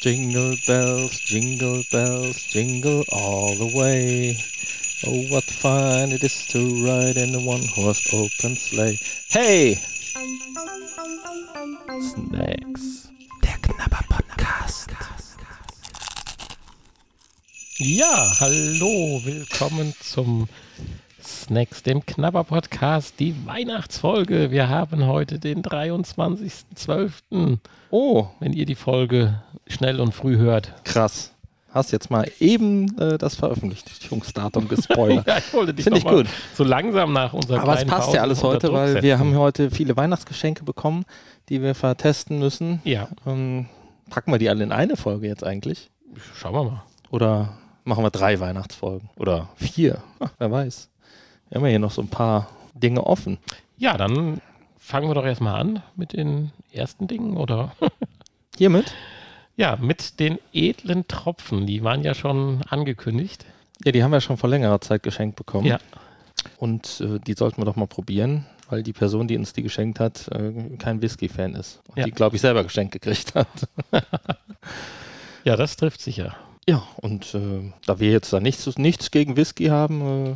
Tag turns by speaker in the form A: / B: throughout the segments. A: Jingle bells, jingle bells, jingle all the way. Oh, what fun it is to ride in a one-horse open sleigh. Hey! Snacks.
B: Der Knabber-Podcast.
A: Ja, hallo, willkommen zum Snacks, dem Knabber-Podcast, die Weihnachtsfolge. Wir haben heute den 23.12.
C: Oh,
A: Wenn ihr die Folge schnell und früh hört.
C: krass. Hast jetzt mal eben äh, das Veröffentlichungsdatum gespoilert.
A: Ja, ich wollte dich
C: Finde ich
A: noch mal
C: gut.
A: so langsam nach unserer
C: Aber es
A: kleinen
C: passt
A: Pause
C: ja alles
A: unter
C: heute,
A: Druck
C: weil
A: setzen.
C: wir haben heute viele Weihnachtsgeschenke bekommen, die wir vertesten müssen.
A: Ja,
C: Ähm, packen wir die alle in eine Folge jetzt eigentlich?
A: schauen wir mal.
C: Oder machen wir drei Weihnachtsfolgen? Oder vier? Ha, wer weiß. Wir haben ja hier noch so ein paar Dinge offen.
A: Ja, dann fangen wir doch erstmal an mit den ersten Dingen, oder?
C: Hiermit?
A: Ja, mit den edlen Tropfen. Die waren ja schon angekündigt.
C: Ja, die haben wir schon vor längerer Zeit geschenkt bekommen.
A: Ja.
C: Und äh, die sollten wir doch mal probieren, weil die Person, die uns die geschenkt hat, äh, kein Whisky-Fan ist. Und
A: Ja.
C: die, glaube ich, selber geschenkt gekriegt hat.
A: Ja, das trifft sicher.
C: Ja, und äh, da wir jetzt da nichts, nichts gegen Whisky haben, äh,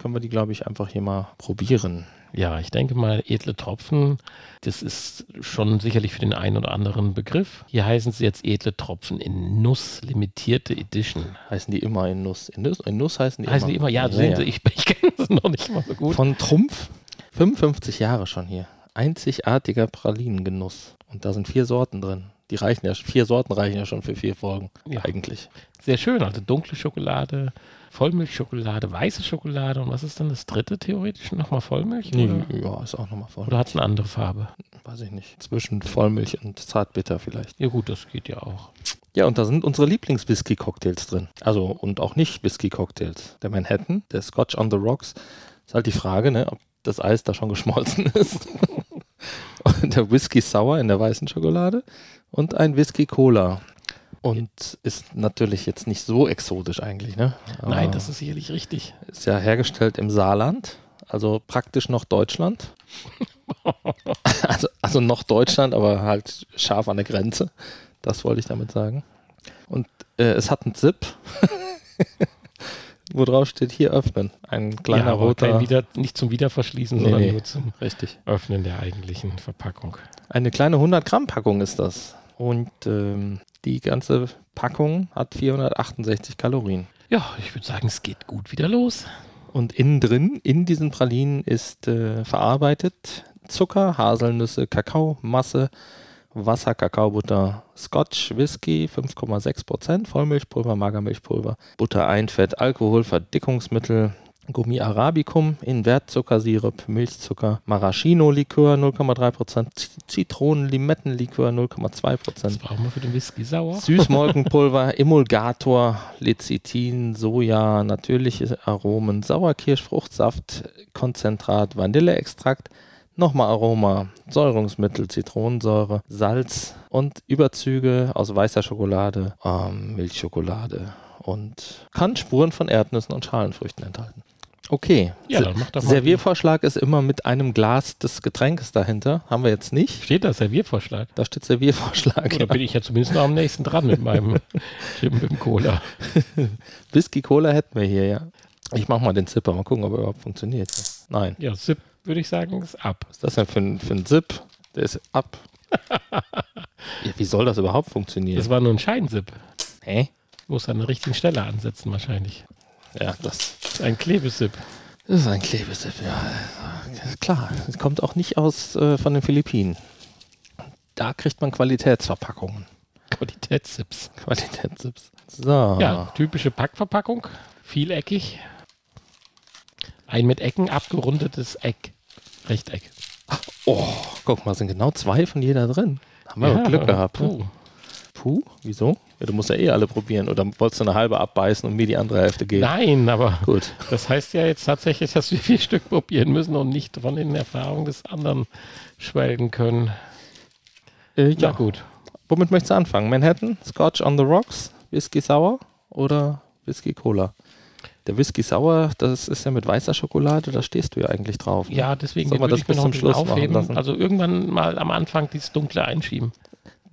C: können wir die, glaube ich, einfach hier mal probieren.
A: Ja, ich denke mal, edle Tropfen, das ist schon sicherlich für den einen oder anderen Begriff. Hier heißen sie jetzt edle Tropfen in Nuss Limitierte Edition.
C: Heißen die immer in Nuss? In Nuss, in Nuss heißen die
A: Heißen die
C: immer.
A: immer, ja, sehen Sie, ich, ich kenne sie noch nicht mal so gut.
C: Von Trumpf, 55 Jahre schon hier. Einzigartiger Pralinengenuss. Und da sind vier Sorten drin. Die reichen ja, vier Sorten reichen ja schon für vier Folgen
A: Ja.
C: eigentlich.
A: Sehr schön, also dunkle Schokolade, Vollmilchschokolade, weiße Schokolade und was ist dann das dritte theoretisch? Nochmal Vollmilch? Oder,
C: Hm, Ja, ist auch nochmal voll.
A: oder hat es eine andere Farbe?
C: Weiß ich nicht. Zwischen Vollmilch und Zartbitter vielleicht.
A: Ja gut, das geht ja auch.
C: Ja, und da sind unsere Lieblings-Whisky-Cocktails drin. Also, und auch nicht Whisky-Cocktails. Der Manhattan, der Scotch on the Rocks. Ist halt die Frage, ne, ob das Eis da schon geschmolzen ist. und der Whisky Sour in der weißen Schokolade und ein Whisky Cola. Und ist natürlich jetzt nicht so exotisch eigentlich, ne?
A: Nein,
C: Aber
A: das ist sicherlich richtig.
C: ist ja hergestellt im Saarland, also praktisch noch Deutschland. also, also noch Deutschland, aber halt scharf an der Grenze. Das wollte ich damit sagen. Und äh, es hat einen Zip, wo drauf steht, hier öffnen. Ein kleiner
A: ja, aber
C: roter.
A: Kein wieder, nicht zum Wiederverschließen,
C: Nee,
A: sondern
C: nee.
A: nur zum
C: Richtig.
A: Öffnen der eigentlichen Verpackung.
C: Eine kleine 100 Gramm Packung ist das. Und ähm, die ganze Packung hat 468 Kalorien.
A: Ja, ich würde sagen, es geht gut wieder los.
C: Und innen drin, in diesen Pralinen, ist äh, verarbeitet Zucker, Haselnüsse, Kakao, Masse, Wasser, Kakaobutter, Scotch, Whisky, 5,6%, Vollmilchpulver, Magermilchpulver, Butter, Einfett, Alkohol, Verdickungsmittel, Gummi Arabicum, Invertzuckersirup, Milchzucker, Maraschino-Likör 0,3%, Z- Zitronen-Limettenlikör 0,2%.
A: Das brauchen wir für den Whisky sauer.
C: Süßmolkenpulver, Emulgator, Lecithin, Soja, natürliche Aromen, Sauerkirsch, Fruchtsaft, Konzentrat, Vanilleextrakt, nochmal Aroma, Säurungsmittel, Zitronensäure, Salz und Überzüge aus weißer Schokolade, ähm, Milchschokolade und kann Spuren von Erdnüssen und Schalenfrüchten enthalten. Okay.
A: Ja,
C: Se-
A: dann mach doch mal.
C: Serviervorschlag ist immer mit einem Glas des Getränkes dahinter. Haben wir jetzt nicht.
A: Steht da Serviervorschlag?
C: Da steht Serviervorschlag.
A: Gut, Da bin ich ja zumindest noch am nächsten dran mit meinem Jim mit dem Cola.
C: Whisky Cola hätten wir hier, ja. Ich mach mal den Zipper, mal gucken, ob er überhaupt funktioniert. Nein.
A: Ja, Zip würde ich sagen, ist ab.
C: Was ist das denn für ein, für ein Zip? Der ist ab. ja, wie soll das überhaupt funktionieren?
A: Das war nur ein Scheinsip.
C: Hä?
A: Muss an der richtigen Stelle ansetzen wahrscheinlich.
C: Ja, das
A: Ein Klebesip.
C: das ist ein Klebesip, ja. Das ist Klar, das kommt auch nicht aus äh, von den Philippinen. Da kriegt man Qualitätsverpackungen.
A: Qualitätssips.
C: Qualitätszips. So.
A: Ja, typische Packverpackung. Vieleckig. Ein mit Ecken abgerundetes Eck. Rechteck.
C: Oh, guck mal, sind genau zwei von jeder drin. Haben wir aber Glück gehabt. ne?
A: puh.
C: Puh, wieso? Ja, du musst ja eh alle probieren. Oder wolltest du eine halbe abbeißen und mir die andere Hälfte geben?
A: Nein, aber
C: Gut.
A: das heißt ja jetzt tatsächlich, dass wir vier Stück probieren müssen und nicht von den Erfahrungen des anderen schwelgen können.
C: Äh,
A: Ja,
C: ja, gut.
A: gut.
C: Womit möchtest du anfangen? Manhattan, Scotch on the Rocks, Whisky Sour oder Whisky Cola? Der Whisky Sour, das ist ja mit weißer Schokolade, da stehst du ja eigentlich drauf. ne?
A: Ja, deswegen
C: Sollen wir
A: würde
C: das
A: ich mir
C: bis
A: noch
C: zum
A: ein bisschen Also-
C: Schluss machen
A: aufheben.
C: lassen?
A: Also irgendwann mal am Anfang dieses Dunkle einschieben.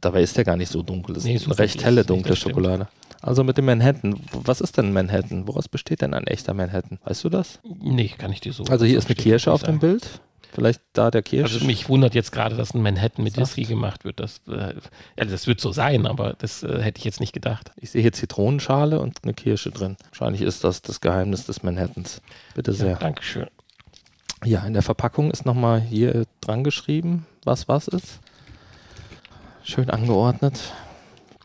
C: Dabei ist der gar nicht so dunkel. Das
A: Nee,
C: ist
A: so
C: eine recht
A: dunkel
C: helle
A: ist es nicht,
C: dunkle
A: das stimmt.
C: Schokolade. Also mit dem Manhattan. Was ist denn Manhattan? Woraus besteht denn ein echter Manhattan? Weißt du das?
A: Nee, kann ich dir so.
C: Also hier
A: so
C: ist eine
A: steht,
C: Kirsche
A: kann ich
C: auf dem
A: sagen.
C: Bild. Vielleicht da der Kirsch.
A: Also mich wundert jetzt gerade, dass ein Manhattan mit
C: Saft.
A: Whisky gemacht wird. Das, äh, also das wird so sein, aber das äh, hätte ich jetzt nicht gedacht.
C: ich sehe hier Zitronenschale und eine Kirsche drin. Wahrscheinlich ist das das Geheimnis des Manhattans. Bitte sehr.
A: Dankeschön.
C: Ja, in der Verpackung ist nochmal hier äh, dran geschrieben, was was ist. Schön angeordnet.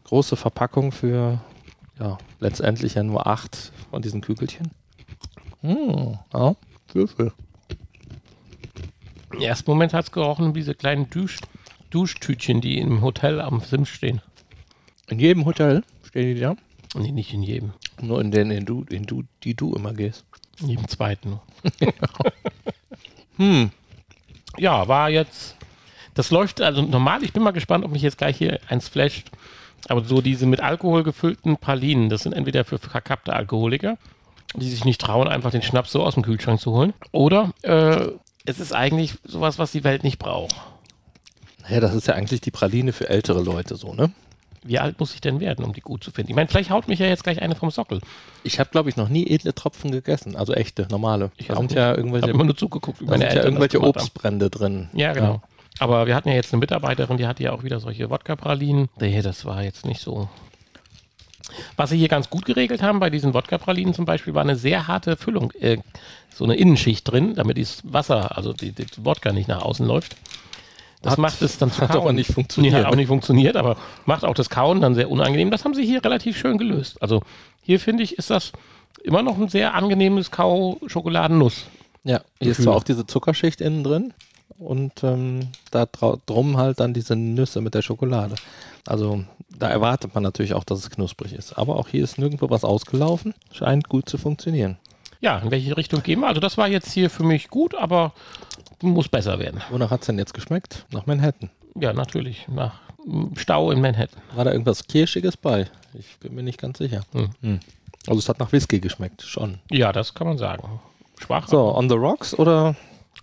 C: Große Verpackung für, ja, letztendlich ja nur acht von diesen Kügelchen. Hm, ja.
A: Im ersten Moment hat es gerochen wie diese kleinen Dusch Duschtütchen, die im Hotel am Sims stehen.
C: In jedem Hotel stehen die da.
A: Nee, nicht in jedem.
C: Nur in denen, in du, in du, die du immer gehst.
A: In jedem zweiten.
C: Hm,
A: Ja, war jetzt. Das läuft also normal. Ich bin mal gespannt, ob mich jetzt gleich hier eins flasht. Aber so diese mit Alkohol gefüllten Pralinen, das sind entweder für verkappte Alkoholiker, die sich nicht trauen, einfach den Schnaps so aus dem Kühlschrank zu holen. Oder äh, es ist eigentlich sowas, was die Welt nicht braucht.
C: naja, das ist ja eigentlich die Praline für ältere Leute so, ne?
A: Wie alt muss ich denn werden, um die gut zu finden? Ich meine, vielleicht haut mich ja jetzt gleich eine vom Sockel.
C: Ich habe, glaube ich, noch nie edle Tropfen gegessen, also echte, normale.
A: Ich
C: da
A: auch
C: sind
A: nicht.
C: ja
A: Ich habe
C: irgendwelche,
A: immer nur zugeguckt, wie
C: Also da sind
A: meine
C: ja
A: Eltern das
C: irgendwelche
A: gemacht haben.
C: Obstbrände drin.
A: Ja, genau. Aber wir hatten ja jetzt eine Mitarbeiterin, die hatte ja auch wieder solche Wodka-Pralinen. Nee, das war jetzt nicht so. Was sie hier ganz gut geregelt haben bei diesen Wodka-Pralinen zum Beispiel, war eine sehr harte Füllung, äh, so eine Innenschicht drin, damit das Wasser, also die, die Wodka nicht nach außen läuft. Das
C: Hat-
A: macht es dann zu
C: hat aber
A: kauen.
C: nicht funktioniert.
A: Nee, hat auch nicht funktioniert, aber macht auch das Kauen dann sehr unangenehm. Das haben sie hier relativ schön gelöst. Also hier finde ich, ist das immer noch ein sehr angenehmes Kau-Schokoladennuss.
C: Ja, hier ist
A: Gefühl.
C: zwar auch diese Zuckerschicht innen drin und ähm, da drau- drum halt dann diese Nüsse mit der Schokolade. Also da erwartet man natürlich auch, dass es knusprig ist. Aber auch hier ist nirgendwo was ausgelaufen. Scheint gut zu funktionieren.
A: Ja, in welche Richtung gehen wir? Also das war jetzt hier für mich gut, aber muss besser werden.
C: Wonach hat es denn jetzt geschmeckt? Nach Manhattan.
A: Ja, natürlich. Nach mm, Stau in Manhattan.
C: War da irgendwas Kirschiges bei? Ich bin mir nicht ganz sicher.
A: Hm.
C: Hm. Also es hat nach Whisky geschmeckt, schon.
A: Ja, das kann man sagen. Schwach
C: So, on the rocks oder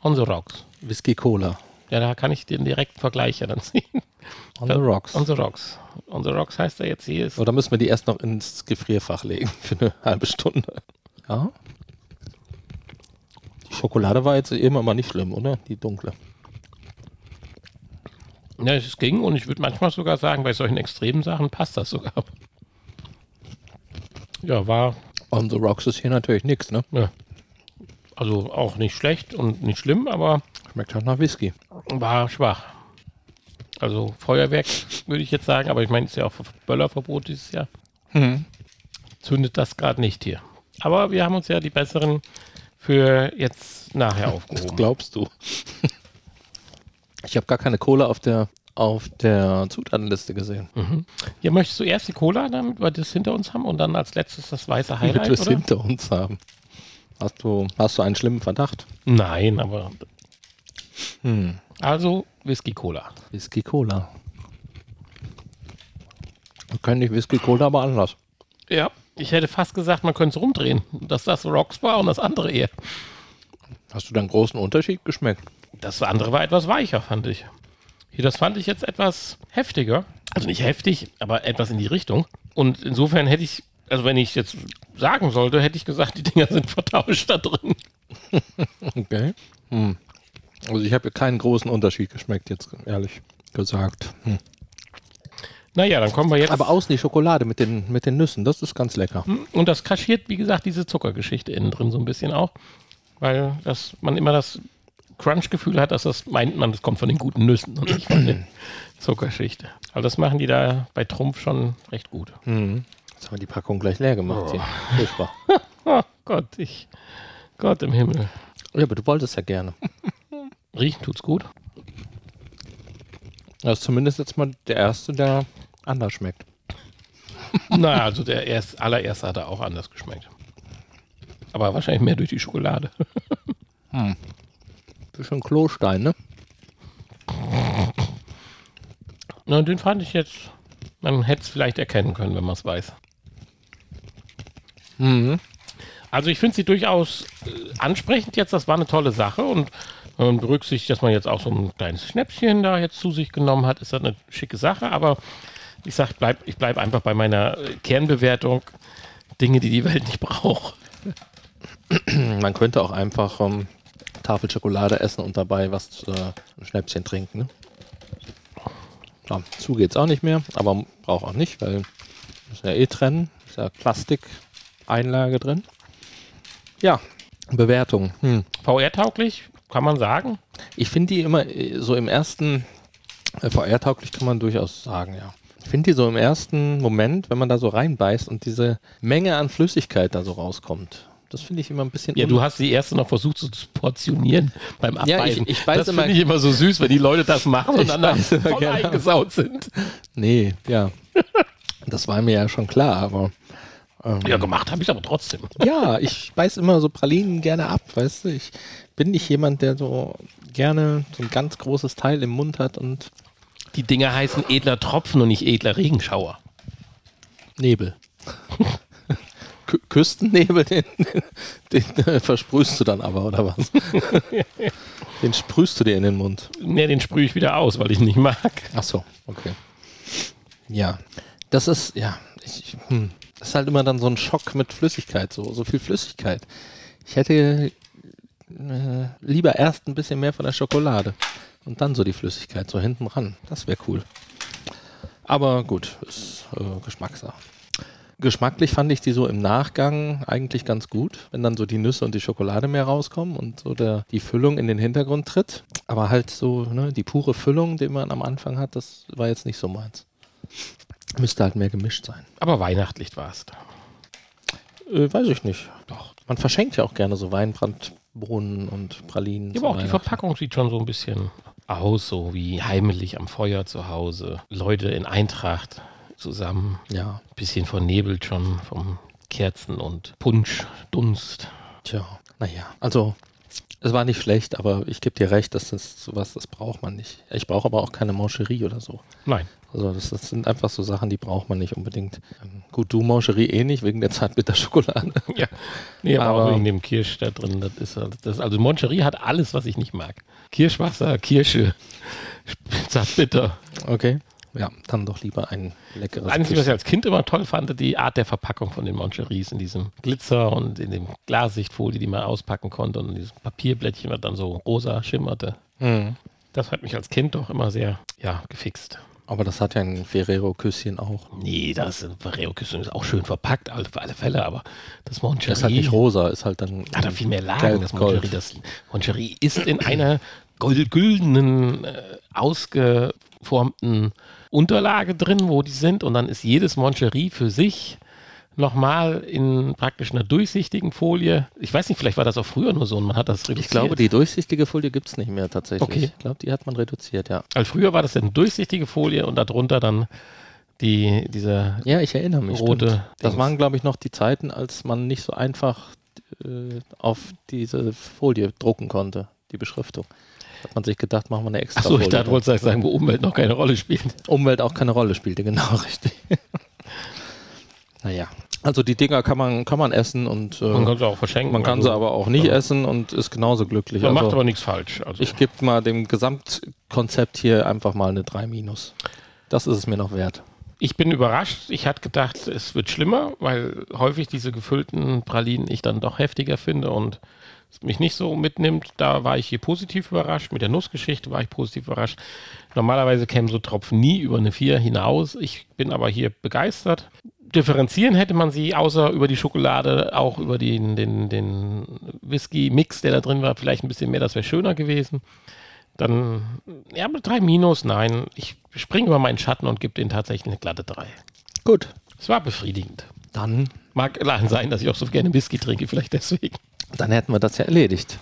A: on the rocks.
C: Whisky Cola?
A: Ja, da kann ich den direkten Vergleich ja dann ziehen.
C: On the rocks.
A: On the rocks. On the rocks heißt er jetzt hier. Ist,
C: Oder müssen wir die erst noch ins Gefrierfach legen für eine halbe Stunde? Ja. Die Schokolade war jetzt eben aber nicht schlimm, oder? Die dunkle.
A: ja, es ging und ich würde manchmal sogar sagen, bei solchen extremen Sachen passt das sogar. Ja, war
C: On the Rocks ist hier natürlich nichts, ne?
A: ja, also auch nicht schlecht und nicht schlimm, aber
C: Schmeckt halt nach Whisky.
A: War schwach. Also Feuerwerk würde ich jetzt sagen, aber ich meine, es ist ja auch Böllerverbot dieses Jahr. Mhm. Zündet das gerade nicht hier. Aber wir haben uns ja die besseren für jetzt nachher
C: Das
A: aufgehoben.
C: glaubst du. Ich habe gar keine Cola auf der, auf der Zutatenliste gesehen.
A: Ja, möchtest du erst die Cola, damit wir das hinter uns haben und dann als letztes das weiße
C: Damit
A: Highlight,
C: wir es
A: oder?
C: hinter uns haben. Hast du, hast du einen schlimmen Verdacht?
A: Nein, aber... Also Whisky-Cola.
C: Whisky Cola. Wir können nicht Whisky Cola, aber anders.
A: Ja, ich hätte fast gesagt, man könnte es rumdrehen, dass das Rocks war und das andere eher.
C: Hast du dann großen Unterschied geschmeckt?
A: Das andere war etwas weicher, fand ich. Hier, das fand ich jetzt etwas heftiger. Also nicht heftig, aber etwas in die Richtung. Und insofern hätte ich, also wenn ich jetzt sagen sollte, hätte ich gesagt, die Dinger sind vertauscht da drin.
C: Okay. Hm. Also ich habe keinen großen Unterschied geschmeckt, jetzt ehrlich gesagt. Hm.
A: Naja, dann kommen wir jetzt.
C: Aber außen die Schokolade mit den, mit den Nüssen, das ist ganz lecker.
A: und das kaschiert, wie gesagt, diese Zuckergeschichte innen drin so ein bisschen auch. Weil das, man immer das Crunch-Gefühl hat, dass das meint man, das kommt von den guten Nüssen und nicht von der Zuckerschichte. Aber das machen die da bei Trumpf schon recht gut.
C: Jetzt haben wir die Packung gleich leer gemacht hier. Furchtbar.
A: Oh Gott, ich. Gott im Himmel.
C: Ja, aber du wolltest ja gerne.
A: Riechen tut's gut.
C: Das ist zumindest jetzt mal der erste, der anders schmeckt.
A: Na, also der erst, allererste hat er auch anders geschmeckt. Aber wahrscheinlich mehr durch die Schokolade.
C: Bisschen Klostein, ne?
A: Na, den fand ich jetzt. Man hätte es vielleicht erkennen können, wenn man es weiß. Also ich finde sie durchaus äh, ansprechend jetzt. Das war eine tolle Sache und Wenn man berücksichtigt, dass man jetzt auch so ein kleines Schnäpschen da jetzt zu sich genommen hat, ist das eine schicke Sache. Aber ich sag, bleib, ich bleibe einfach bei meiner äh, Kernbewertung. Dinge, die die Welt nicht braucht.
C: Man könnte auch einfach ähm, Tafel Schokolade essen und dabei was äh, ein Schnäpschen trinken. Ne? Ja, zu geht's auch nicht mehr, aber braucht auch nicht, weil ist ja eh trennen, ist ja Plastikeinlage drin. Ja, Bewertung. Hm.
A: VR-tauglich, kann man sagen.
C: Ich finde die immer äh, so im ersten äh, VR-tauglich kann man durchaus sagen, ja. Ich finde die so im ersten Moment, wenn man da so reinbeißt und diese Menge an Flüssigkeit da so rauskommt. Das finde ich immer ein bisschen.
A: Ja,
C: un-
A: du hast die erste noch versucht so zu portionieren beim Abbeißen.
C: Ja, ich- ich beiß
A: das
C: immer-
A: finde ich immer so süß, wenn die Leute das machen
C: Ich
A: und dann
C: beiß immer
A: voll
C: gerne ab.
A: eingesaut sind.
C: Nee, ja. Das war mir ja schon klar, aber.
A: Ja, gemacht habe ich aber trotzdem.
C: Ja, ich beiß immer so Pralinen gerne ab, weißt du? Ich bin nicht jemand, der so gerne so ein ganz großes Teil im Mund hat und
A: Die Dinger heißen edler Tropfen und nicht edler Regenschauer.
C: Nebel. Kü- Küstennebel, den, den, äh, versprühst du dann aber, oder was? den sprühst du dir in den Mund.
A: Ne, den sprühe ich wieder aus, weil ich ihn nicht mag.
C: Ach so, okay. Ja, das ist, ja, ich, hm, das ist halt immer dann so ein Schock mit Flüssigkeit, so, so viel Flüssigkeit. Ich hätte äh, lieber erst ein bisschen mehr von der Schokolade und dann so die Flüssigkeit, so hinten ran. Das wäre cool. Aber gut, ist äh, Geschmackssache. Geschmacklich fand ich die so im Nachgang eigentlich ganz gut, wenn dann so die Nüsse und die Schokolade mehr rauskommen und so der, die Füllung in den Hintergrund tritt. Aber halt so ne, die pure Füllung, die man am Anfang hat, das war jetzt nicht so meins. Müsste halt mehr gemischt sein.
A: Aber weihnachtlich war es.
C: Äh, weiß ich nicht. Doch. Man verschenkt ja auch gerne so Weinbrandbohnen und Pralinen.
A: Ja,
C: zu
A: aber auch die
C: Weihnachten.
A: Verpackung sieht schon so ein bisschen aus, so wie heimelig am Feuer zu Hause. Leute in Eintracht zusammen.
C: Ja,
A: Bisschen vernebelt schon vom Kerzen und Punsch, Dunst.
C: tja. Naja, also es war nicht schlecht, aber ich gebe dir recht, dass das sowas, das braucht man nicht. Ich brauche aber auch keine Mancherie oder so.
A: Nein.
C: Also das, das sind einfach so Sachen, die braucht man nicht unbedingt. Ähm, Gut, du Mancherie eh nicht, wegen der Zartbitterschokolade.
A: Ja. Nee, aber,
C: Aber-
A: auch wegen dem Kirsch da drin. Das ist halt, das, also Moncherie hat alles, was ich nicht mag. Kirschwasser, Kirsche, Zartbitter.
C: Okay. Ja, dann doch lieber ein leckeres
A: Das Einzige, was
C: Küss-
A: ich als Kind immer toll fand, die Art der Verpackung von den Moncheries in diesem Glitzer und in dem Glassichtfolie, die man auspacken konnte und in diesem Papierblättchen, was dann so rosa schimmerte.
C: Mhm.
A: Das hat mich als Kind doch immer sehr, ja, gefixt.
C: Aber das hat ja ein Ferrero-Küsschen auch.
A: Nee, das Ferreo-Küsschen ist auch schön verpackt, also auf alle Fälle, aber das Moncherie
C: Das ist halt nicht rosa, ist halt dann
A: hat da viel mehr Lagen.
C: gelbes
A: Das
C: Gold.
A: Moncherie, das Moncherie ist in einer gold- güldenen, äh, ausgeformten Unterlage drin, wo die sind. Und dann ist jedes Moncherie für sich nochmal in praktisch einer durchsichtigen Folie. Ich weiß nicht, vielleicht war das auch früher nur so und man hat das reduziert.
C: Ich glaube, die durchsichtige Folie gibt es nicht mehr tatsächlich.
A: Okay.
C: Ich glaube, die hat man reduziert, ja.
A: Also früher war das ja eine durchsichtige Folie und darunter dann die, diese
C: Ja, ich erinnere mich.
A: Rote
C: stimmt. Das
A: Dings.
C: waren, glaube ich, noch die Zeiten, als man nicht so einfach äh, auf diese Folie drucken konnte, die Beschriftung. Hat man sich gedacht, machen wir eine extra
A: Achso, ich
C: Folie
A: dachte,
C: drauf.
A: wolltest du sagen, wo Umwelt noch keine Rolle spielt.
C: Umwelt auch keine Rolle spielte, genau richtig. naja, also die Dinger kann man, kann man essen und äh, man
A: Man kann
C: kann,
A: sie auch verschenken.
C: sie
A: Also,
C: aber auch nicht
A: ja.
C: essen und ist genauso glücklich.
A: Man macht
C: Also,
A: aber nichts falsch. Also.
C: ich gebe mal dem Gesamtkonzept hier einfach mal eine 3 minus. Das ist es mir noch wert.
A: Ich bin überrascht. Ich hatte gedacht, es wird schlimmer, weil häufig diese gefüllten Pralinen ich dann doch heftiger finde und es mich nicht so mitnimmt. Da war ich hier positiv überrascht. Mit der Nussgeschichte war ich positiv überrascht. Normalerweise kämen so Tropfen nie über eine 4 hinaus. Ich bin aber hier begeistert. Differenzieren hätte man sie außer über die Schokolade auch über den, den, den Whisky-Mix, der da drin war, vielleicht ein bisschen mehr. Das wäre schöner gewesen. Dann, ja, mit 3 Minus, nein. Ich springe über meinen Schatten und gebe denen tatsächlich eine glatte 3.
C: Gut,
A: Es war befriedigend.
C: dann,
A: Mag allein sein, dass ich auch so gerne Whisky trinke, vielleicht deswegen.
C: dann hätten wir das ja erledigt.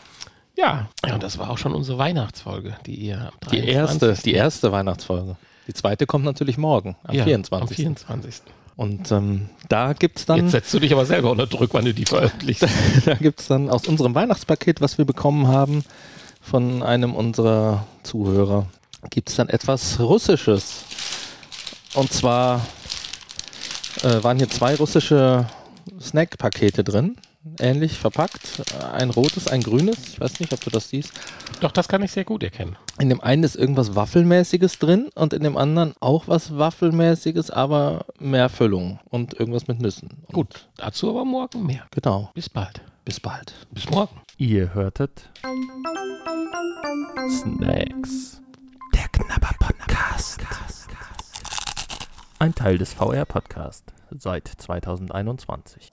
A: Ja, ja und das war auch schon unsere Weihnachtsfolge, die ihr am
C: Die erste,
A: 23.
C: die erste Weihnachtsfolge. Die zweite kommt natürlich morgen, am
A: ja,
C: 24.
A: Am 24.
C: Und ähm, da gibt es dann,
A: Jetzt setzt du dich aber selber unter Druck, wann du die veröffentlichst.
C: da gibt's dann aus unserem Weihnachtspaket, was wir bekommen haben, von einem unserer Zuhörer, gibt es dann etwas Russisches. Und zwar äh, waren hier zwei russische Snackpakete drin. ähnlich verpackt. Ein rotes, ein grünes. Ich weiß nicht, ob du das siehst.
A: Doch, das kann ich sehr gut erkennen.
C: In dem einen ist irgendwas Waffelmäßiges drin und in dem anderen auch was Waffelmäßiges, aber mehr Füllung und irgendwas mit Nüssen. Und
A: Gut, dazu aber morgen mehr.
C: Genau.
A: Bis bald.
C: Bis bald.
A: Bis morgen.
D: Ihr hörtet Snacks.
E: Der Knapper Podcast.
D: Ein Teil des VR Podcast seit 2021.